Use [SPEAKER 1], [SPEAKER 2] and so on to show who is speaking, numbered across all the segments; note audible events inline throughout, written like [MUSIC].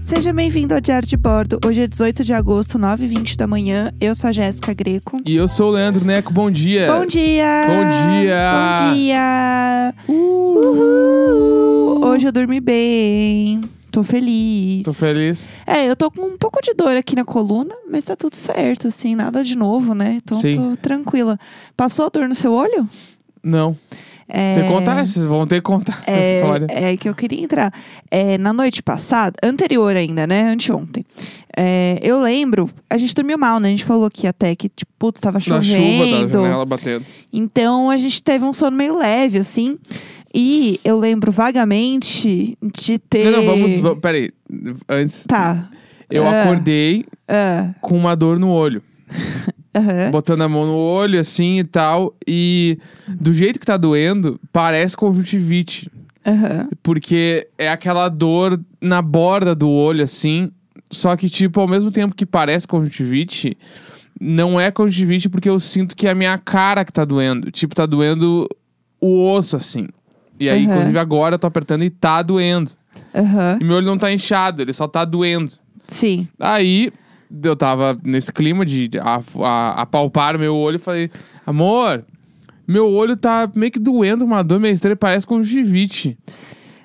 [SPEAKER 1] Seja bem-vindo ao Diário de Bordo. Hoje é 18 de agosto, 9h20 da manhã. Eu sou a Jéssica Greco.
[SPEAKER 2] E eu sou o Leandro Neco, bom dia.
[SPEAKER 1] Bom dia!
[SPEAKER 2] É. Bom dia!
[SPEAKER 1] Bom dia!
[SPEAKER 2] Uh!
[SPEAKER 1] Uhul! Hoje eu dormi bem. Tô feliz.
[SPEAKER 2] Tô feliz.
[SPEAKER 1] É, eu tô com um pouco de dor aqui na coluna, mas tá tudo certo, assim, nada de novo, né? Então
[SPEAKER 2] Sim.
[SPEAKER 1] tô tranquila. Passou a dor no seu olho?
[SPEAKER 2] Não,
[SPEAKER 1] É.
[SPEAKER 2] tem que contar, vocês vão ter que contar essa
[SPEAKER 1] É,
[SPEAKER 2] história.
[SPEAKER 1] é que eu queria entrar. É, na noite passada, anterior ainda, né? Anteontem. É, eu lembro, a gente dormiu mal, né? A gente falou aqui até que, tipo, putz, tava
[SPEAKER 2] Na chuva da
[SPEAKER 1] chovendo.
[SPEAKER 2] janela batendo.
[SPEAKER 1] então a gente teve um sono meio leve, assim. E eu lembro vagamente de ter.
[SPEAKER 2] Não, não, vamos, vamos- peraí. Antes,
[SPEAKER 1] Tá.
[SPEAKER 2] eu
[SPEAKER 1] Ah.
[SPEAKER 2] acordei
[SPEAKER 1] Ah,
[SPEAKER 2] com uma dor no olho.
[SPEAKER 1] aham.
[SPEAKER 2] Botando a mão no olho, assim e tal. E do jeito que tá doendo, parece conjuntivite.
[SPEAKER 1] Aham.
[SPEAKER 2] Porque é aquela dor na borda do olho, assim. Só que, tipo, ao mesmo tempo que parece conjuntivite, não é conjuntivite porque eu sinto que é a minha cara que tá doendo. Tipo, tá doendo o osso, assim. E aí,
[SPEAKER 1] Aham.
[SPEAKER 2] inclusive, agora eu tô apertando e tá doendo.
[SPEAKER 1] Aham.
[SPEAKER 2] E meu olho não tá inchado, ele só tá doendo.
[SPEAKER 1] Sim.
[SPEAKER 2] Aí, eu tava nesse clima de a- a- apalpar o meu olho e falei... Amor, meu olho tá meio que doendo, uma dor meio estranha, parece conjuntivite.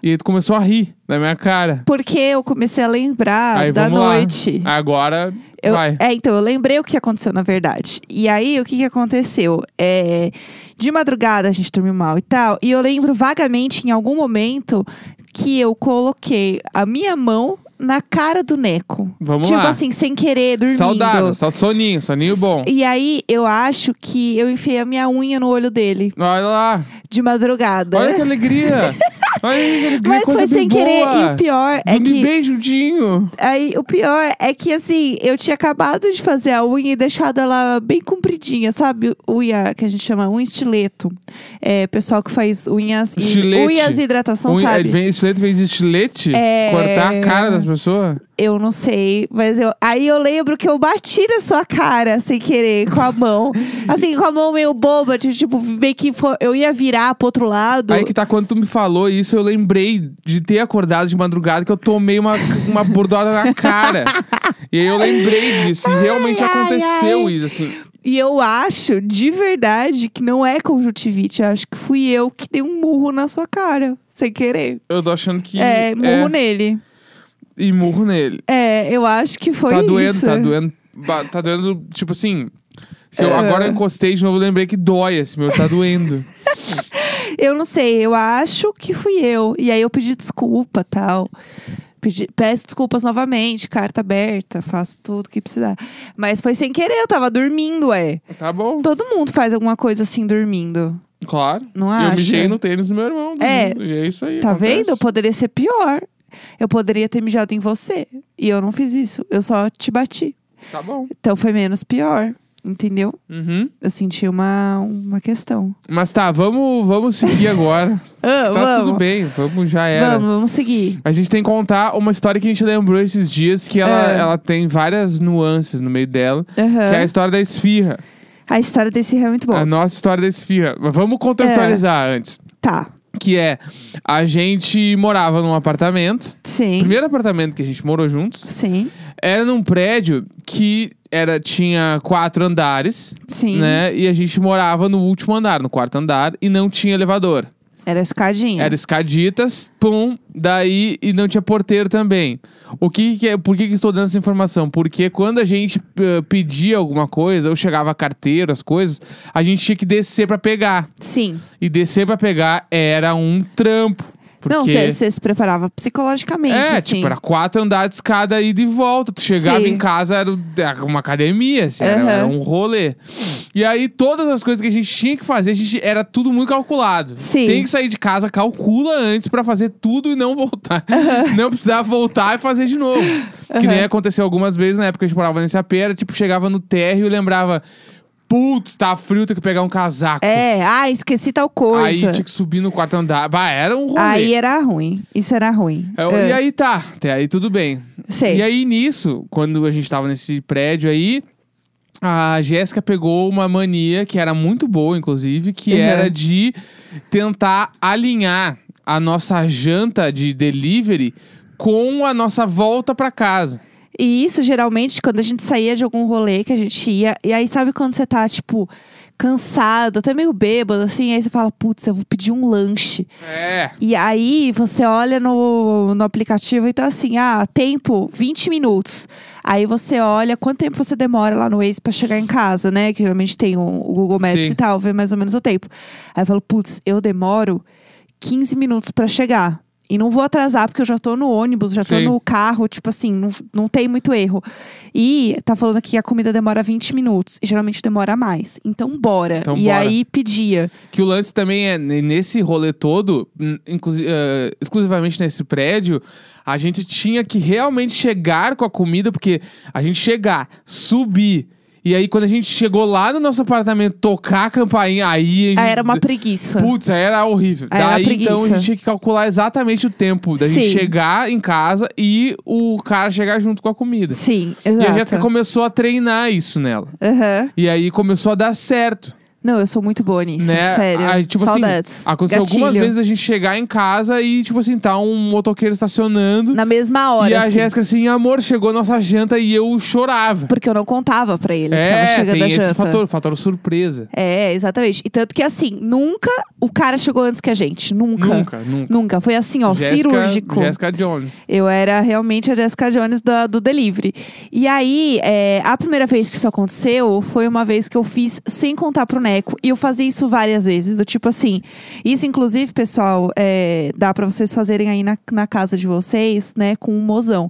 [SPEAKER 2] E aí tu começou a rir da minha cara.
[SPEAKER 1] Porque eu comecei a lembrar
[SPEAKER 2] aí
[SPEAKER 1] Ah, da
[SPEAKER 2] vamos
[SPEAKER 1] noite.
[SPEAKER 2] lá. Agora
[SPEAKER 1] Eu-
[SPEAKER 2] vai.
[SPEAKER 1] É, então, eu lembrei o que aconteceu, na verdade. E aí, o que, que aconteceu? É, de madrugada a gente dormiu mal e tal. E eu lembro vagamente, em algum momento, que eu coloquei a minha mão na cara do Neco.
[SPEAKER 2] Vamos
[SPEAKER 1] tipo
[SPEAKER 2] lá.
[SPEAKER 1] assim, sem querer, dormindo.
[SPEAKER 2] Saudável, só soninho, soninho bom.
[SPEAKER 1] E aí, eu acho que eu enfiei a minha unha no olho dele,
[SPEAKER 2] Olha lá.
[SPEAKER 1] de madrugada.
[SPEAKER 2] Olha
[SPEAKER 1] [LAUGHS]
[SPEAKER 2] que alegria. Olha que alegria.
[SPEAKER 1] Mas
[SPEAKER 2] coisa
[SPEAKER 1] foi
[SPEAKER 2] bem
[SPEAKER 1] sem querer.
[SPEAKER 2] boa.
[SPEAKER 1] E o pior é
[SPEAKER 2] Dormi
[SPEAKER 1] que.
[SPEAKER 2] bem juntinho.
[SPEAKER 1] Aí, o pior é que, assim, eu tinha acabado de fazer a unha e deixado ela bem compridinha, sabe? Unha que a gente chama unha estileto. É, pessoal que faz unhas... e-
[SPEAKER 2] Estilete.
[SPEAKER 1] Unhas e hidratação,
[SPEAKER 2] Unha-
[SPEAKER 1] sabe?
[SPEAKER 2] Um, é, Vem, estilete vem de estilete?
[SPEAKER 1] É.
[SPEAKER 2] Cortar a cara das pessoas?
[SPEAKER 1] Eu não sei, mas eu... Aí eu lembro que eu bati na sua cara, sem querer, com a
[SPEAKER 2] [LAUGHS]
[SPEAKER 1] mão. assim, com a mão meio boba, de, tipo, meio que fo- eu ia virar pro outro lado.
[SPEAKER 2] Aí que tá, quando tu me falou isso, eu lembrei de ter acordado de madrugada que eu tomei uma, uma bordada
[SPEAKER 1] [LAUGHS]
[SPEAKER 2] na cara. e aí eu lembrei disso. E realmente
[SPEAKER 1] Ai, ai,
[SPEAKER 2] aconteceu
[SPEAKER 1] ai.
[SPEAKER 2] isso, assim.
[SPEAKER 1] E eu acho, de verdade, que não é conjuntivite. Eu acho que fui eu que dei um murro na sua cara, sem querer.
[SPEAKER 2] Eu tô achando que.
[SPEAKER 1] é, murro nele.
[SPEAKER 2] E murro nele.
[SPEAKER 1] É, eu acho que foi
[SPEAKER 2] tá doendo,
[SPEAKER 1] isso.
[SPEAKER 2] tá doendo. ba- Tá doendo, tipo assim. Se eu,
[SPEAKER 1] É.
[SPEAKER 2] Agora eu encostei de novo, eu lembrei que dói esse meu, tá doendo.
[SPEAKER 1] Eu não sei, eu acho que fui eu. E aí eu pedi desculpa tal. Pedi- peço desculpas novamente, carta aberta, faço tudo que precisar. Mas foi sem querer, eu tava dormindo, é.
[SPEAKER 2] tá bom,
[SPEAKER 1] Todo mundo faz alguma coisa assim dormindo.
[SPEAKER 2] claro.
[SPEAKER 1] Não
[SPEAKER 2] eu
[SPEAKER 1] acha?
[SPEAKER 2] mijei no tênis do meu irmão. do-
[SPEAKER 1] É.
[SPEAKER 2] E é isso aí.
[SPEAKER 1] Tá
[SPEAKER 2] acontece.
[SPEAKER 1] vendo? Eu poderia ser pior. Eu poderia ter mijado em você. E eu não fiz isso. Eu só te bati.
[SPEAKER 2] Tá bom.
[SPEAKER 1] Então foi menos pior. Entendeu?
[SPEAKER 2] Uhum.
[SPEAKER 1] Eu senti uma, uma questão.
[SPEAKER 2] Mas tá, vamos, vamos
[SPEAKER 1] [LAUGHS]
[SPEAKER 2] seguir agora.
[SPEAKER 1] Ah,
[SPEAKER 2] tá
[SPEAKER 1] vamos.
[SPEAKER 2] tudo bem, vamos, já era.
[SPEAKER 1] Vamos, vamos seguir.
[SPEAKER 2] A gente tem que contar uma história que a gente lembrou esses dias, que ela,
[SPEAKER 1] É.
[SPEAKER 2] ela tem várias nuances no meio dela.
[SPEAKER 1] Aham.
[SPEAKER 2] Que é a história da esfirra.
[SPEAKER 1] A história desse ré é muito boa.
[SPEAKER 2] A nossa história da esfirra. Mas vamos contextualizar antes.
[SPEAKER 1] Tá,
[SPEAKER 2] Que é, a gente morava num apartamento.
[SPEAKER 1] sim.
[SPEAKER 2] O primeiro apartamento que a gente morou juntos
[SPEAKER 1] Sim,
[SPEAKER 2] era num prédio que era, tinha quatro andares,
[SPEAKER 1] sim.
[SPEAKER 2] né? E a gente morava no último andar, no quarto andar, e não tinha elevador.
[SPEAKER 1] Era escadinha.
[SPEAKER 2] Era escaditas, pum, daí e não tinha porteiro também. O que, que é, por que, que estou dando essa informação? Porque quando a gente eh, pedia alguma coisa, ou chegava carteiro, as coisas, a gente tinha que descer pra pegar.
[SPEAKER 1] Sim.
[SPEAKER 2] E descer pra pegar era um trampo. Porque...
[SPEAKER 1] Não, você se preparava psicologicamente,
[SPEAKER 2] É,
[SPEAKER 1] assim.
[SPEAKER 2] tipo, era quatro andares de escada ida e volta. Tu chegava
[SPEAKER 1] Sim.
[SPEAKER 2] em casa, era o- era uma academia, assim, era-
[SPEAKER 1] Aham.
[SPEAKER 2] era, um rolê. E aí, todas as coisas que a gente tinha que fazer, a gente era tudo muito calculado.
[SPEAKER 1] Sim.
[SPEAKER 2] Tem que sair de casa, calcula antes pra fazer tudo e não voltar. Não precisar voltar e fazer de novo. Que nem aconteceu algumas vezes na época que a gente morava nesse AP, era tipo, chegava no térreo e lembrava. Putz, tá frio, tem que pegar um casaco.
[SPEAKER 1] É, ah, esqueci tal coisa.
[SPEAKER 2] Aí tipo, tinha que subir no quarto andar. Bah, era um rolê.
[SPEAKER 1] Aí era ruim. Isso era ruim. Ah,
[SPEAKER 2] É, E aí tá, até aí tudo bem.
[SPEAKER 1] Sei.
[SPEAKER 2] E aí, nisso, quando a gente tava nesse prédio aí, a Jéssica pegou uma mania que era muito boa, inclusive, que
[SPEAKER 1] Uhum.
[SPEAKER 2] era de tentar alinhar a nossa janta de delivery com a nossa volta pra casa.
[SPEAKER 1] E isso geralmente quando a gente saía de algum rolê que a gente ia. E aí, sabe quando você tá, tipo, cansado, até meio bêbado, assim, aí você fala, putz, eu vou pedir um lanche.
[SPEAKER 2] É.
[SPEAKER 1] E aí você olha no, no aplicativo e tá assim, ah, tempo, 20 minutos. Aí você olha quanto tempo você demora lá no Waze pra chegar em casa, né? Que geralmente tem o, o Google Maps
[SPEAKER 2] Sim.
[SPEAKER 1] e tal, vê mais ou menos o tempo. Aí eu falo, putz, eu demoro 15 minutos pra chegar. E não vou atrasar, porque eu já tô no ônibus, já
[SPEAKER 2] Sim.
[SPEAKER 1] tô no carro, tipo assim, não, não tem muito erro. E tá falando aqui que a comida demora 20 minutos. E geralmente demora mais. Então bora.
[SPEAKER 2] Então,
[SPEAKER 1] e
[SPEAKER 2] bora.
[SPEAKER 1] aí pedia.
[SPEAKER 2] Que o lance também é, n- nesse rolê todo, n- inclusi- eh, exclusivamente nesse prédio, a gente tinha que realmente chegar com a comida, porque a gente chegar, subir. E aí, quando a gente chegou lá no nosso apartamento, tocar a campainha, aí. A gente,
[SPEAKER 1] Aí era uma preguiça.
[SPEAKER 2] Putz, aí era horrível.
[SPEAKER 1] Aí era
[SPEAKER 2] Daí, então, a
[SPEAKER 1] preguiça.
[SPEAKER 2] gente tinha que calcular exatamente o tempo da gente
[SPEAKER 1] Sim.
[SPEAKER 2] chegar em casa e o cara chegar junto com a comida.
[SPEAKER 1] Sim,
[SPEAKER 2] E
[SPEAKER 1] exato.
[SPEAKER 2] a Jéssica começou a treinar isso nela.
[SPEAKER 1] Aham.
[SPEAKER 2] E aí começou a dar certo.
[SPEAKER 1] Não, eu sou muito boa nisso,
[SPEAKER 2] né?
[SPEAKER 1] sério.
[SPEAKER 2] Aí, tipo
[SPEAKER 1] Saudades.
[SPEAKER 2] assim, aconteceu
[SPEAKER 1] Gatilho.
[SPEAKER 2] algumas vezes a gente chegar em casa e, tipo assim, tá um motoqueiro estacionando.
[SPEAKER 1] Na mesma hora,
[SPEAKER 2] e a
[SPEAKER 1] assim,
[SPEAKER 2] Jéssica assim, amor, chegou nossa janta e eu chorava.
[SPEAKER 1] porque eu não contava pra ele que tava
[SPEAKER 2] É,
[SPEAKER 1] chegando
[SPEAKER 2] tem
[SPEAKER 1] a
[SPEAKER 2] esse
[SPEAKER 1] janta.
[SPEAKER 2] fator, fator surpresa.
[SPEAKER 1] É, exatamente. E tanto que assim, nunca o cara chegou antes que a gente. Nunca.
[SPEAKER 2] Nunca, nunca.
[SPEAKER 1] Nunca. Foi assim, ó,
[SPEAKER 2] Jéssica-
[SPEAKER 1] cirúrgico.
[SPEAKER 2] Jéssica Jones.
[SPEAKER 1] Eu era realmente a Jessica Jones da- do delivery. E aí, é, a primeira vez que isso aconteceu foi uma vez que eu fiz sem contar pro Neco. E eu fazia isso várias vezes. Do tipo assim. Isso, inclusive, pessoal, é, dá pra vocês fazerem aí na, na casa de vocês, né, com um mozão.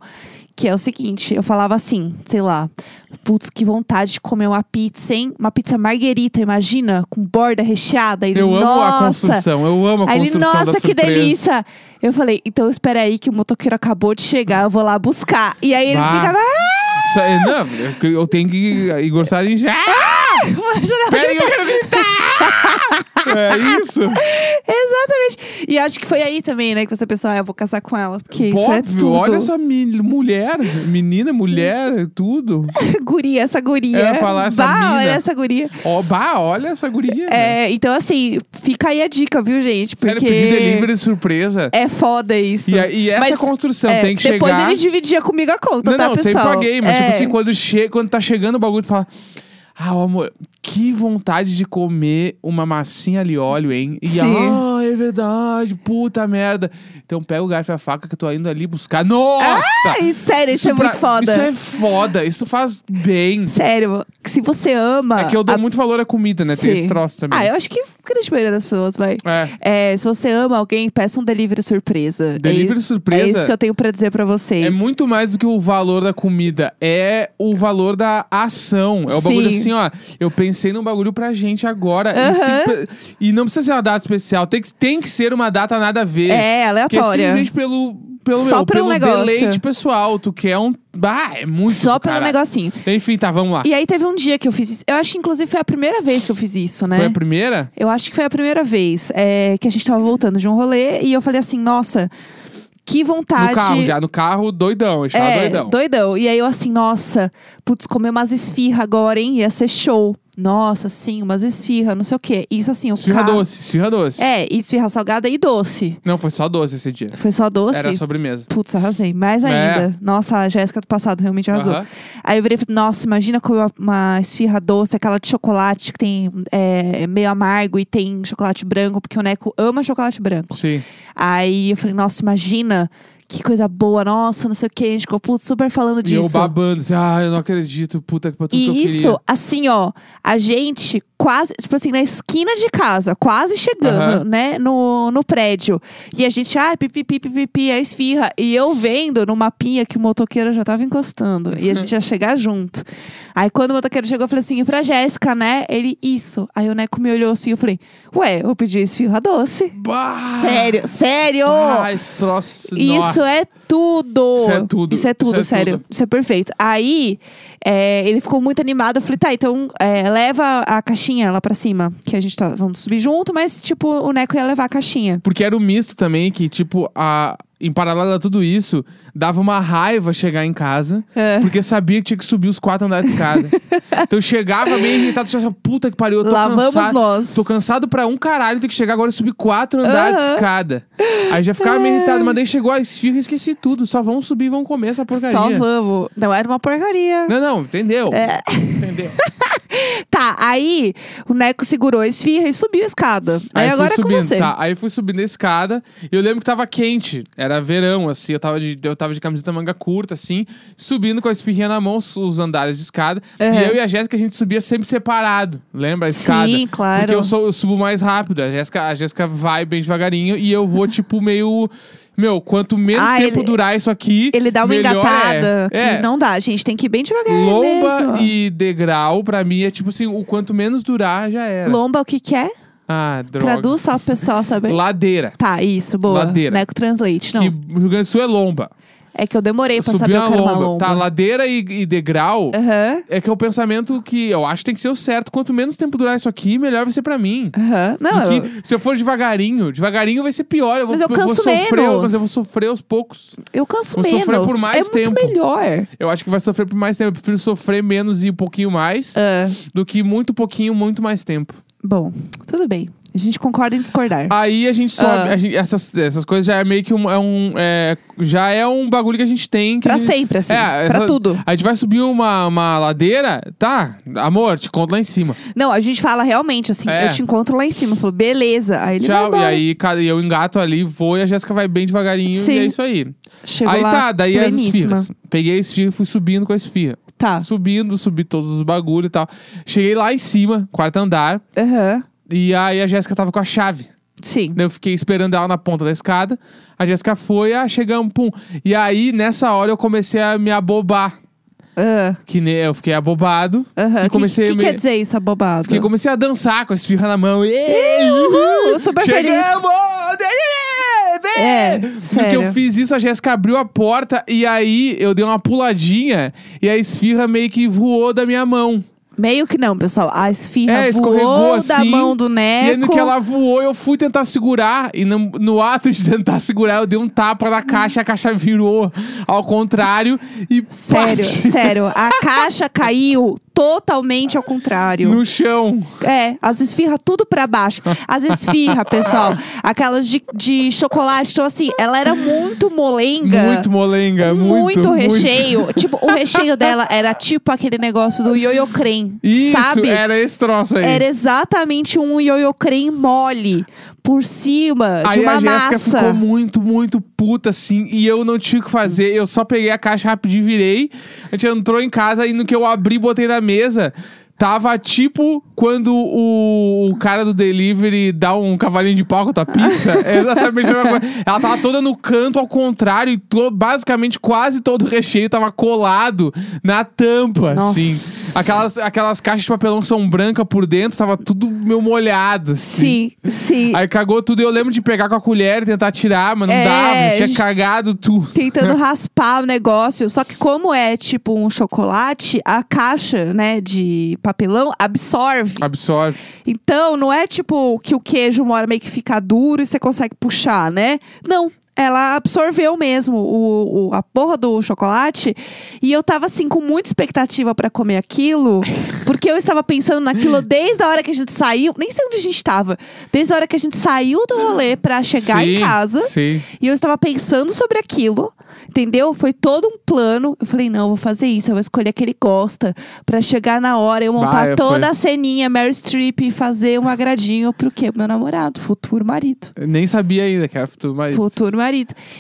[SPEAKER 1] Que é o seguinte, eu falava assim, sei lá, putz, que vontade de comer uma pizza, hein? Uma pizza marguerita, imagina, com borda recheada. Ele,
[SPEAKER 2] Eu amo a
[SPEAKER 1] nossa,
[SPEAKER 2] construção, eu amo a
[SPEAKER 1] Aí ele,
[SPEAKER 2] construção
[SPEAKER 1] nossa,
[SPEAKER 2] da
[SPEAKER 1] que
[SPEAKER 2] surpresa.
[SPEAKER 1] delícia! Eu falei, então espera aí que o motoqueiro acabou de chegar, eu vou lá buscar. E aí ele
[SPEAKER 2] Bah.
[SPEAKER 1] ficava, "Ah,
[SPEAKER 2] Isso aí- não, eu- eu tenho que ir gostar de já.
[SPEAKER 1] ah, vou jogar. [LAUGHS]
[SPEAKER 2] Peraí, eu quero gritar! é isso.
[SPEAKER 1] Exatamente. E acho que foi aí também, né, que você pensou, ah, eu vou casar com ela. Porque isso é
[SPEAKER 2] Óbvio,
[SPEAKER 1] tudo.
[SPEAKER 2] olha essa mi- mulher, menina, mulher, tudo.
[SPEAKER 1] [LAUGHS] guria, essa guria.
[SPEAKER 2] Eu ia falar, essa
[SPEAKER 1] bah, olha
[SPEAKER 2] mina.
[SPEAKER 1] essa guria.
[SPEAKER 2] Ó, bah, olha essa guria. né?
[SPEAKER 1] É, então, assim, fica aí a dica, viu, gente?
[SPEAKER 2] Sério,
[SPEAKER 1] Porque
[SPEAKER 2] pedir delivery de surpresa.
[SPEAKER 1] é foda isso.
[SPEAKER 2] E, a- e essa
[SPEAKER 1] Mas,
[SPEAKER 2] construção
[SPEAKER 1] É,
[SPEAKER 2] tem que
[SPEAKER 1] depois
[SPEAKER 2] chegar.
[SPEAKER 1] ele dividia comigo a conta,
[SPEAKER 2] Não,
[SPEAKER 1] tá,
[SPEAKER 2] não, eu
[SPEAKER 1] pessoal?
[SPEAKER 2] sempre paguei, mas
[SPEAKER 1] É.
[SPEAKER 2] tipo assim, quando, che... quando tá chegando o bagulho, tu fala. Ah, ô, amor, que vontade de comer uma massinha ali óleo, hein? E
[SPEAKER 1] Sim.
[SPEAKER 2] ah, é verdade, puta merda. Então pega o garfo e a faca que eu tô indo ali buscar. Nossa!
[SPEAKER 1] Ai, sério, isso, é
[SPEAKER 2] pra-
[SPEAKER 1] muito foda.
[SPEAKER 2] Isso é foda, isso faz bem.
[SPEAKER 1] Sério, se você ama...
[SPEAKER 2] É que eu dou
[SPEAKER 1] a
[SPEAKER 2] muito valor à comida, né? Tem
[SPEAKER 1] Ah, Sim.
[SPEAKER 2] esse troço também.
[SPEAKER 1] Ah, eu acho que grande maioria das pessoas vai.
[SPEAKER 2] É.
[SPEAKER 1] É, se você ama alguém, peça um delivery surpresa. é,
[SPEAKER 2] Delivery
[SPEAKER 1] isso-
[SPEAKER 2] surpresa-
[SPEAKER 1] É isso que eu tenho pra dizer pra vocês.
[SPEAKER 2] É muito mais do que o valor da comida, é o valor da ação. É o bagulho
[SPEAKER 1] Sim.
[SPEAKER 2] assim, ó. Eu pensei num bagulho pra gente agora. E,
[SPEAKER 1] Aham.
[SPEAKER 2] se- e não precisa ser uma data especial, tem que, tem que ser uma data nada a ver.
[SPEAKER 1] É,
[SPEAKER 2] Porque
[SPEAKER 1] aleatória.
[SPEAKER 2] simplesmente pelo, pelo,
[SPEAKER 1] Só
[SPEAKER 2] meu,
[SPEAKER 1] pra
[SPEAKER 2] pelo
[SPEAKER 1] um negócio.
[SPEAKER 2] deleite pessoal, tu quer um. Ah, é muito.
[SPEAKER 1] Só
[SPEAKER 2] do
[SPEAKER 1] pelo
[SPEAKER 2] caralho.
[SPEAKER 1] negocinho.
[SPEAKER 2] Enfim, tá, vamos lá.
[SPEAKER 1] E aí teve um dia que eu fiz isso. Eu acho que inclusive foi a primeira vez que eu fiz isso, né?
[SPEAKER 2] Foi a primeira?
[SPEAKER 1] Eu acho que foi a primeira vez é, que a gente tava voltando de um rolê e eu falei assim, nossa, que vontade.
[SPEAKER 2] No carro, já no carro, doidão. Eu estava
[SPEAKER 1] é,
[SPEAKER 2] doidão.
[SPEAKER 1] E aí eu assim, nossa, putz, comer umas esfirra agora, hein? Ia ser show. Nossa, sim, umas esfirra, não sei o quê. Isso assim, o
[SPEAKER 2] Esfirra
[SPEAKER 1] carro...
[SPEAKER 2] doce, esfirra doce.
[SPEAKER 1] É, e esfirra salgada e doce.
[SPEAKER 2] Não, foi só doce esse dia.
[SPEAKER 1] Foi só doce?
[SPEAKER 2] Era sobremesa.
[SPEAKER 1] Putz, arrasei. Mais
[SPEAKER 2] É.
[SPEAKER 1] ainda. Nossa, a Jéssica do passado realmente arrasou.
[SPEAKER 2] Aham.
[SPEAKER 1] Aí eu virei e falei, nossa, imagina comer uma, uma esfirra doce, aquela de chocolate que tem é, meio amargo e tem chocolate branco, porque o Neco ama chocolate branco.
[SPEAKER 2] Sim.
[SPEAKER 1] Aí eu falei, nossa, imagina, que coisa boa, nossa, não sei o que. A gente ficou, putz, super falando
[SPEAKER 2] E eu
[SPEAKER 1] disso.
[SPEAKER 2] babando, assim, ah, eu não acredito, puta que pra tudo que
[SPEAKER 1] E
[SPEAKER 2] eu
[SPEAKER 1] isso,
[SPEAKER 2] queria.
[SPEAKER 1] assim, ó, a gente quase, tipo assim, na esquina de casa, quase chegando,
[SPEAKER 2] Aham.
[SPEAKER 1] né, no, no prédio. E a gente, ah, pipipi, pipipi, a esfirra. E eu vendo no mapinha que o motoqueiro já tava encostando. E a gente ia chegar junto. Aí quando o motoqueiro chegou, eu falei assim, e pra Jéssica, né? Ele, isso. Aí o Neco me olhou assim, eu falei, ué, eu pedi esfirra doce.
[SPEAKER 2] Bah!
[SPEAKER 1] Sério, sério!
[SPEAKER 2] Ah, esse troço,
[SPEAKER 1] Isso
[SPEAKER 2] nossa.
[SPEAKER 1] é tudo.
[SPEAKER 2] Isso é tudo.
[SPEAKER 1] Isso é tudo,
[SPEAKER 2] Isso é
[SPEAKER 1] sério.
[SPEAKER 2] tudo.
[SPEAKER 1] Isso é perfeito. Aí, é, ele ficou muito animado. Eu falei, tá, então é, leva a caixinha caixinha lá pra cima. Que a gente tá. Vamos subir junto, mas, tipo, o Neco ia levar a caixinha.
[SPEAKER 2] Porque era o misto também, que, tipo, a... em paralelo a tudo isso, dava uma raiva chegar em casa.
[SPEAKER 1] É.
[SPEAKER 2] Porque sabia que tinha que subir os quatro andares de
[SPEAKER 1] [LAUGHS]
[SPEAKER 2] escada. então eu chegava meio irritado, achava, puta que pariu, eu tô
[SPEAKER 1] lá
[SPEAKER 2] cansado.
[SPEAKER 1] vamos nós.
[SPEAKER 2] Tô cansado pra um caralho, ter que chegar agora e subir quatro andares de
[SPEAKER 1] Aham. É.
[SPEAKER 2] escada. Aí já ficava meio irritado, mas daí chegou a esfirra e esqueci tudo. Só vamos subir e vamos comer essa porcaria. Né?
[SPEAKER 1] Só vamos. Não era uma porcaria.
[SPEAKER 2] Não, não, entendeu?
[SPEAKER 1] É.
[SPEAKER 2] Entendeu?
[SPEAKER 1] Tá, aí o Neco segurou a esfirra e subiu a escada. Aí,
[SPEAKER 2] fui
[SPEAKER 1] agora é com
[SPEAKER 2] subindo,
[SPEAKER 1] você.
[SPEAKER 2] tá, aí fui subindo a escada e eu lembro que tava quente. Era verão, assim, eu tava de, eu tava de camiseta manga curta, assim, subindo com a espirrinha na mão, su- os andares de escada.
[SPEAKER 1] Aham.
[SPEAKER 2] E eu e a Jéssica, a gente subia sempre separado. Lembra a escada?
[SPEAKER 1] Sim, claro.
[SPEAKER 2] Porque eu, sou, eu subo mais rápido. A Jéssica, a Jéssica vai bem devagarinho e eu vou, tipo, meio. Meu, quanto menos
[SPEAKER 1] Ah,
[SPEAKER 2] tempo
[SPEAKER 1] ele-
[SPEAKER 2] durar isso aqui.
[SPEAKER 1] Ele dá uma
[SPEAKER 2] melhor
[SPEAKER 1] engatada.
[SPEAKER 2] É.
[SPEAKER 1] Que
[SPEAKER 2] é.
[SPEAKER 1] não dá, gente. Tem que ir bem devagar
[SPEAKER 2] Lomba
[SPEAKER 1] mesmo.
[SPEAKER 2] e degrau, pra mim, é tipo assim, o quanto menos durar já era.
[SPEAKER 1] Lomba, o que que é?
[SPEAKER 2] Ah, droga.
[SPEAKER 1] Traduz só pro pessoal saber.
[SPEAKER 2] Ladeira.
[SPEAKER 1] Tá, isso, boa.
[SPEAKER 2] Ladeira.
[SPEAKER 1] Neco Translate. Não,
[SPEAKER 2] Que Rio Grande do Sul é lomba.
[SPEAKER 1] é que eu demorei pra
[SPEAKER 2] Subir
[SPEAKER 1] saber o
[SPEAKER 2] a
[SPEAKER 1] que era
[SPEAKER 2] lomba.
[SPEAKER 1] uma lomba.
[SPEAKER 2] Tá, ladeira e, e degrau.
[SPEAKER 1] Aham,
[SPEAKER 2] É que é o pensamento que eu acho que tem que ser o certo. Quanto menos tempo durar isso aqui, melhor vai ser pra mim.
[SPEAKER 1] aham. Não,
[SPEAKER 2] Do que se eu for devagarinho, devagarinho vai ser pior. Eu vou,
[SPEAKER 1] Mas eu
[SPEAKER 2] vou
[SPEAKER 1] canso
[SPEAKER 2] sofrer,
[SPEAKER 1] menos.
[SPEAKER 2] mas eu vou sofrer aos poucos.
[SPEAKER 1] eu canso
[SPEAKER 2] Vou
[SPEAKER 1] menos.
[SPEAKER 2] sofrer por mais
[SPEAKER 1] é
[SPEAKER 2] tempo.
[SPEAKER 1] muito melhor.
[SPEAKER 2] Eu acho que vai sofrer por mais tempo. Eu prefiro sofrer menos e um pouquinho mais
[SPEAKER 1] Ah,
[SPEAKER 2] do que muito pouquinho, muito mais tempo.
[SPEAKER 1] bom, tudo bem. A gente concorda em discordar.
[SPEAKER 2] Aí a gente sobe.
[SPEAKER 1] Ah.
[SPEAKER 2] a gente- essas, essas coisas já é meio que um. é um, é, já é um bagulho que a gente tem. Que
[SPEAKER 1] pra
[SPEAKER 2] a gente-
[SPEAKER 1] sempre, assim.
[SPEAKER 2] É,
[SPEAKER 1] pra
[SPEAKER 2] essa-
[SPEAKER 1] tudo.
[SPEAKER 2] A gente vai subir uma, uma ladeira, tá? Amor, te conto lá em cima.
[SPEAKER 1] Não, a gente fala realmente assim,
[SPEAKER 2] É.
[SPEAKER 1] eu te encontro lá em cima. Eu falo, beleza. Aí ele vai
[SPEAKER 2] Tchau. E
[SPEAKER 1] embora.
[SPEAKER 2] aí cara, eu engato ali, vou e a Jéssica vai bem devagarinho
[SPEAKER 1] Sim.
[SPEAKER 2] e é isso aí.
[SPEAKER 1] Chegou
[SPEAKER 2] aí
[SPEAKER 1] lá
[SPEAKER 2] tá, daí as
[SPEAKER 1] pleníssima.
[SPEAKER 2] esfirras. Peguei a esfirra e fui subindo com a esfirra.
[SPEAKER 1] Tá.
[SPEAKER 2] Subindo, subi todos os bagulho e tal. Cheguei lá em cima, quarto andar,
[SPEAKER 1] Aham.
[SPEAKER 2] e aí a Jéssica tava com a chave.
[SPEAKER 1] Sim.
[SPEAKER 2] Daí Eu fiquei esperando ela na ponta da escada. A Jéssica foi, ah, chegamos, pum. E aí, nessa hora, eu comecei a me abobar.
[SPEAKER 1] Ah,
[SPEAKER 2] Que nem eu fiquei abobado.
[SPEAKER 1] Aham.
[SPEAKER 2] E comecei
[SPEAKER 1] que,
[SPEAKER 2] a
[SPEAKER 1] que é
[SPEAKER 2] me-
[SPEAKER 1] quer dizer isso, abobado?
[SPEAKER 2] Porque comecei a dançar com a esfirra na mão.
[SPEAKER 1] Eu super feliz.
[SPEAKER 2] Chegamos!
[SPEAKER 1] É,
[SPEAKER 2] Porque
[SPEAKER 1] sério.
[SPEAKER 2] eu fiz isso, a Jéssica abriu a porta e aí eu dei uma puladinha e a esfirra meio que voou da minha mão.
[SPEAKER 1] Meio que não, pessoal. A esfirra
[SPEAKER 2] É, escorregou
[SPEAKER 1] voou da
[SPEAKER 2] assim,
[SPEAKER 1] mão do
[SPEAKER 2] E aí,
[SPEAKER 1] Neco.
[SPEAKER 2] no que ela voou, eu fui tentar segurar. E no, no ato de [LAUGHS] tentar segurar, eu dei um tapa na caixa e a caixa virou ao contrário. E pá, [LAUGHS]
[SPEAKER 1] Sério, sério. A caixa caiu totalmente ao contrário.
[SPEAKER 2] no chão.
[SPEAKER 1] É, as esfirras tudo pra baixo. As esfirras, pessoal, aquelas de, de chocolate. Então, assim, ela era muito molenga.
[SPEAKER 2] Muito molenga, muito.
[SPEAKER 1] muito recheio. Tipo, o recheio dela era tipo aquele negócio do ioiô creme,
[SPEAKER 2] Isso,
[SPEAKER 1] sabe? É,
[SPEAKER 2] era esse troço aí.
[SPEAKER 1] Era exatamente um ioiô creme mole por cima de
[SPEAKER 2] Aí
[SPEAKER 1] uma
[SPEAKER 2] a Jéssica
[SPEAKER 1] massa.
[SPEAKER 2] ficou muito, muito puta, assim, e eu não tinha o que fazer. Eu só peguei a caixa rapidinho e virei. A gente entrou em casa e no que eu abri, botei na mesa. Tava tipo quando o, o cara do delivery dá um cavalinho de pau com a tua pizza.
[SPEAKER 1] [LAUGHS]
[SPEAKER 2] É exatamente a mesma coisa. Ela tava toda no canto, ao contrário, e to- basicamente quase todo o recheio tava colado na tampa,
[SPEAKER 1] Nossa.
[SPEAKER 2] assim. Aquelas, aquelas caixas de papelão que são brancas por dentro, tava tudo meio molhado, assim.
[SPEAKER 1] Sim, sim.
[SPEAKER 2] Aí cagou tudo. e Eu lembro de pegar com a colher e tentar tirar, mas não
[SPEAKER 1] É,
[SPEAKER 2] dava.
[SPEAKER 1] a
[SPEAKER 2] Tinha
[SPEAKER 1] gente-
[SPEAKER 2] cagado tudo.
[SPEAKER 1] Tentando raspar o negócio. Só que, como é tipo um chocolate, a caixa, né, de papelão absorve.
[SPEAKER 2] Absorve.
[SPEAKER 1] Então, não é tipo que o queijo mora meio que fica duro e você consegue puxar, né? Não. Ela absorveu mesmo o, o- a porra do chocolate. E eu tava, assim, com muita expectativa pra comer aquilo. Porque eu estava pensando naquilo desde a hora que a gente saiu. Nem sei onde a gente tava. Desde a hora que a gente saiu do rolê pra chegar em
[SPEAKER 2] Sim,
[SPEAKER 1] casa.
[SPEAKER 2] Sim.
[SPEAKER 1] E eu estava pensando sobre aquilo, entendeu? Foi todo um plano. Eu falei, não, eu vou fazer isso, eu vou escolher aquele que gosta. Pra chegar na hora, eu montar
[SPEAKER 2] Bah, é,
[SPEAKER 1] toda
[SPEAKER 2] foi.
[SPEAKER 1] a ceninha, Mary Streep, e fazer um agradinho pro quê? Pro meu namorado, futuro marido.
[SPEAKER 2] Eu Nem sabia ainda que era futuro, mas.
[SPEAKER 1] Futuro marido.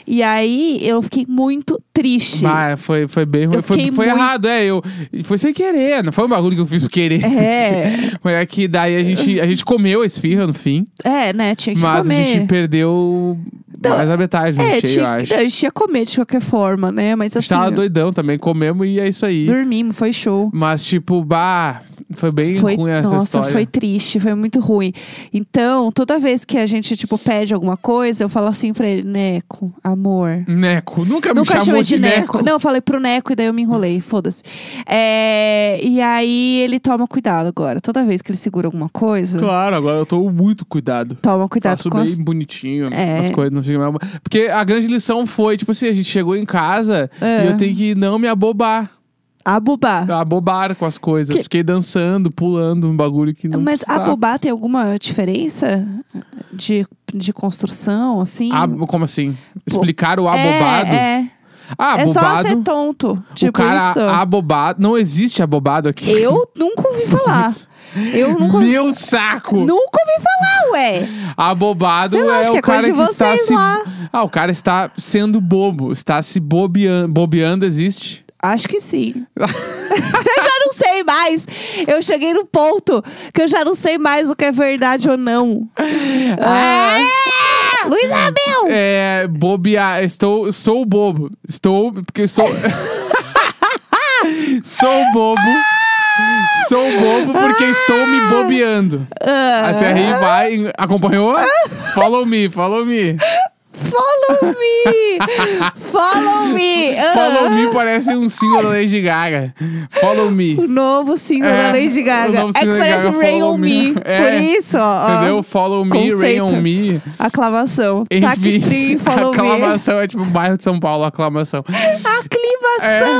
[SPEAKER 1] E aí, eu fiquei muito triste.
[SPEAKER 2] Bah, foi, foi bem ruim.
[SPEAKER 1] Eu
[SPEAKER 2] Foi,
[SPEAKER 1] fiquei
[SPEAKER 2] foi
[SPEAKER 1] muito-
[SPEAKER 2] errado, é. Eu, e foi sem querer, não foi um bagulho que eu fiz querer.
[SPEAKER 1] É.
[SPEAKER 2] [LAUGHS] Mas é que daí a gente, a gente comeu a esfirra no fim,
[SPEAKER 1] É, né? Tinha que
[SPEAKER 2] mas
[SPEAKER 1] comer.
[SPEAKER 2] a gente perdeu
[SPEAKER 1] Não,
[SPEAKER 2] mais da metade do
[SPEAKER 1] é,
[SPEAKER 2] recheio, eu
[SPEAKER 1] tinha,
[SPEAKER 2] acho.
[SPEAKER 1] que- a gente ia comer de qualquer forma, né? Mas
[SPEAKER 2] a gente
[SPEAKER 1] assim,
[SPEAKER 2] tava doidão também, comemos e é isso aí.
[SPEAKER 1] dormimos, foi show.
[SPEAKER 2] Mas, tipo, bah, Foi bem
[SPEAKER 1] Foi,
[SPEAKER 2] ruim essa
[SPEAKER 1] nossa,
[SPEAKER 2] história.
[SPEAKER 1] foi triste, foi muito ruim. Então, toda vez que a gente, tipo, pede alguma coisa, eu falo assim pra ele, Neco, amor.
[SPEAKER 2] Neco. Nunca,
[SPEAKER 1] Nunca
[SPEAKER 2] me chamou
[SPEAKER 1] chamei de Neco. Não, eu falei pro Neco e daí eu me enrolei, foda-se. É, e aí ele toma cuidado agora. Toda vez que ele segura alguma coisa,
[SPEAKER 2] Claro, agora eu tô muito cuidado.
[SPEAKER 1] toma cuidado
[SPEAKER 2] Faço
[SPEAKER 1] Tá, com
[SPEAKER 2] bem
[SPEAKER 1] as...
[SPEAKER 2] bonitinho
[SPEAKER 1] É.
[SPEAKER 2] as coisas, não fica mais... Porque a grande lição foi, tipo assim, a gente chegou em casa
[SPEAKER 1] É.
[SPEAKER 2] e eu tenho que não me abobar.
[SPEAKER 1] abubá.
[SPEAKER 2] Tá, Abobar com as coisas.
[SPEAKER 1] Que-
[SPEAKER 2] Fiquei dançando, pulando um bagulho que não
[SPEAKER 1] Mas
[SPEAKER 2] precisava.
[SPEAKER 1] abobá tem alguma diferença de, de construção, assim?
[SPEAKER 2] Ab- Como assim? Explicar o abobado?
[SPEAKER 1] É, é.
[SPEAKER 2] Ah,
[SPEAKER 1] É só
[SPEAKER 2] abobado.
[SPEAKER 1] ser tonto. Tipo
[SPEAKER 2] o cara
[SPEAKER 1] isso.
[SPEAKER 2] abobado. Não existe abobado aqui.
[SPEAKER 1] Eu nunca ouvi falar. Eu nunca ouvi.
[SPEAKER 2] Meu saco!
[SPEAKER 1] Nunca ouvi falar, ué.
[SPEAKER 2] Abobado
[SPEAKER 1] Sei lá,
[SPEAKER 2] é
[SPEAKER 1] acho
[SPEAKER 2] o
[SPEAKER 1] que é
[SPEAKER 2] cara
[SPEAKER 1] coisa de
[SPEAKER 2] que está
[SPEAKER 1] vocês
[SPEAKER 2] se.
[SPEAKER 1] lá.
[SPEAKER 2] Ah, o cara está sendo bobo, está se bobeando. Bobeando existe?
[SPEAKER 1] Acho que
[SPEAKER 2] [LAUGHS]
[SPEAKER 1] sim. eu já não sei mais. Eu cheguei no ponto que eu já não sei mais o que é verdade ou não. Ah. Luiz Abel!
[SPEAKER 2] É, bobear. Estou, sou bobo. Estou, porque sou. [LAUGHS] sou bobo. Sou bobo porque estou me bobeando.
[SPEAKER 1] Ah.
[SPEAKER 2] Até aí vai. Acompanhou? Follow me, follow me.
[SPEAKER 1] Follow me! Follow me! Ah.
[SPEAKER 2] Follow me parece um single da Lady Gaga. Follow me.
[SPEAKER 1] O novo single
[SPEAKER 2] É,
[SPEAKER 1] da Lady
[SPEAKER 2] o
[SPEAKER 1] Gaga.
[SPEAKER 2] novo
[SPEAKER 1] É
[SPEAKER 2] single
[SPEAKER 1] que
[SPEAKER 2] da
[SPEAKER 1] parece
[SPEAKER 2] Gaga,
[SPEAKER 1] Rain
[SPEAKER 2] Follow
[SPEAKER 1] on
[SPEAKER 2] Me.
[SPEAKER 1] Me.
[SPEAKER 2] É.
[SPEAKER 1] Por isso, ó. ó,
[SPEAKER 2] Entendeu? Follow me,
[SPEAKER 1] Ah,
[SPEAKER 2] rain
[SPEAKER 1] Conceito.
[SPEAKER 2] on me.
[SPEAKER 1] Aclamação. Tac
[SPEAKER 2] Enfim,
[SPEAKER 1] string, follow me.
[SPEAKER 2] [LAUGHS] aclamação é tipo bairro de São Paulo, aclamação.
[SPEAKER 1] Aclimação,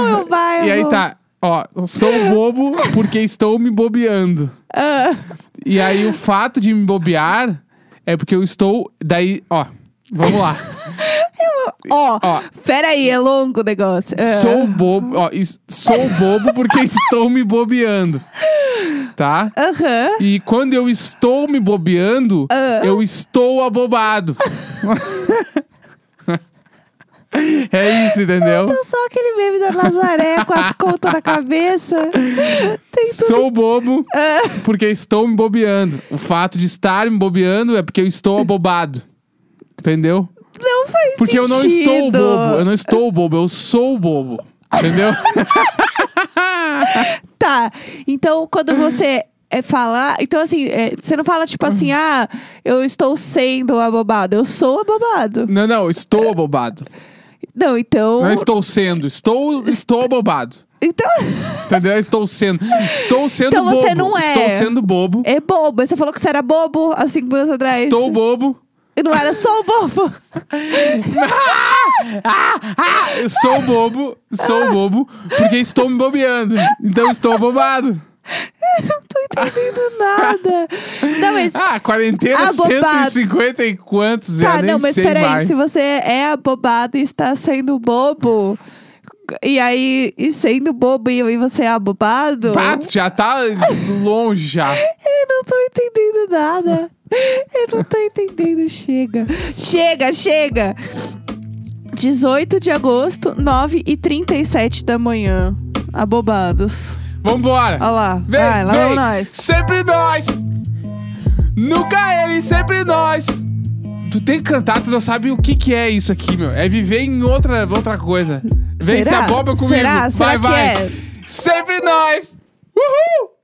[SPEAKER 2] É.
[SPEAKER 1] meu bairro.
[SPEAKER 2] E aí tá, ó, sou um bobo porque estou me bobeando.
[SPEAKER 1] Ah,
[SPEAKER 2] E aí o fato de me bobear é porque eu estou. Daí, ó, vamos lá.
[SPEAKER 1] Ó,
[SPEAKER 2] Ó.
[SPEAKER 1] peraí, é longo o negócio. Ah.
[SPEAKER 2] Sou um bobo, ó, es- sou um bobo porque estou me bobeando. Tá?
[SPEAKER 1] Aham.
[SPEAKER 2] E quando eu estou me bobeando,
[SPEAKER 1] Ah.
[SPEAKER 2] eu estou abobado. [LAUGHS] é isso, entendeu?
[SPEAKER 1] Então só aquele meme da Nazaré com as contas na
[SPEAKER 2] [LAUGHS]
[SPEAKER 1] cabeça. Tem tudo. [LAUGHS]
[SPEAKER 2] Sou bobo
[SPEAKER 1] É.
[SPEAKER 2] porque estou me bobeando. O fato de estar me bobeando é porque eu estou abobado. Entendeu?
[SPEAKER 1] Não faz
[SPEAKER 2] Porque eu não
[SPEAKER 1] sentido.
[SPEAKER 2] estou bobo. Eu não estou bobo, eu sou bobo. Entendeu? [LAUGHS]
[SPEAKER 1] Tá. Então, quando você é falar. Então, assim, é, você não fala tipo assim,
[SPEAKER 2] Uhum.
[SPEAKER 1] ah, eu estou sendo um abobado. Eu sou um abobado.
[SPEAKER 2] não, não, estou abobado.
[SPEAKER 1] Não, então.
[SPEAKER 2] Não estou sendo, estou, estou abobado.
[SPEAKER 1] Então.
[SPEAKER 2] Entendeu? Estou sendo. Estou sendo
[SPEAKER 1] Então
[SPEAKER 2] bobo.
[SPEAKER 1] você não é.
[SPEAKER 2] Estou sendo bobo.
[SPEAKER 1] É bobo. Você falou que você era bobo há cinco minutos atrás.
[SPEAKER 2] Estou bobo.
[SPEAKER 1] E não era só o bobo. [LAUGHS]
[SPEAKER 2] Eu Ah, sou bobo, sou bobo, porque estou me bobeando. Então estou abobado.
[SPEAKER 1] Tô entendendo nada. Não, mas.
[SPEAKER 2] Ah, quarentena,
[SPEAKER 1] Abobado.
[SPEAKER 2] 150 e quantos? eu
[SPEAKER 1] Tá,
[SPEAKER 2] nem
[SPEAKER 1] não, mas
[SPEAKER 2] sei
[SPEAKER 1] peraí,
[SPEAKER 2] mais.
[SPEAKER 1] se você é abobado e está sendo bobo, e aí, e sendo bobo e e você é abobado,
[SPEAKER 2] Bah, tu já tá longe já.
[SPEAKER 1] eu não tô entendendo nada. Eu não tô entendendo, chega. Chega, chega! 18 de agosto, 9h37 da manhã. Abobados.
[SPEAKER 2] Vambora.
[SPEAKER 1] Olha lá,
[SPEAKER 2] Vem,
[SPEAKER 1] vai, lá
[SPEAKER 2] vem.
[SPEAKER 1] vamos nós.
[SPEAKER 2] Sempre nós. Nunca ele, sempre nós. Tu tem que cantar, tu não sabe o que que é isso aqui, meu. É viver em outra, outra coisa. Vem,
[SPEAKER 1] Será?
[SPEAKER 2] se aboba comigo.
[SPEAKER 1] Será? é?
[SPEAKER 2] Vai,
[SPEAKER 1] Será que
[SPEAKER 2] vai.
[SPEAKER 1] é?
[SPEAKER 2] Sempre nós. Uhul.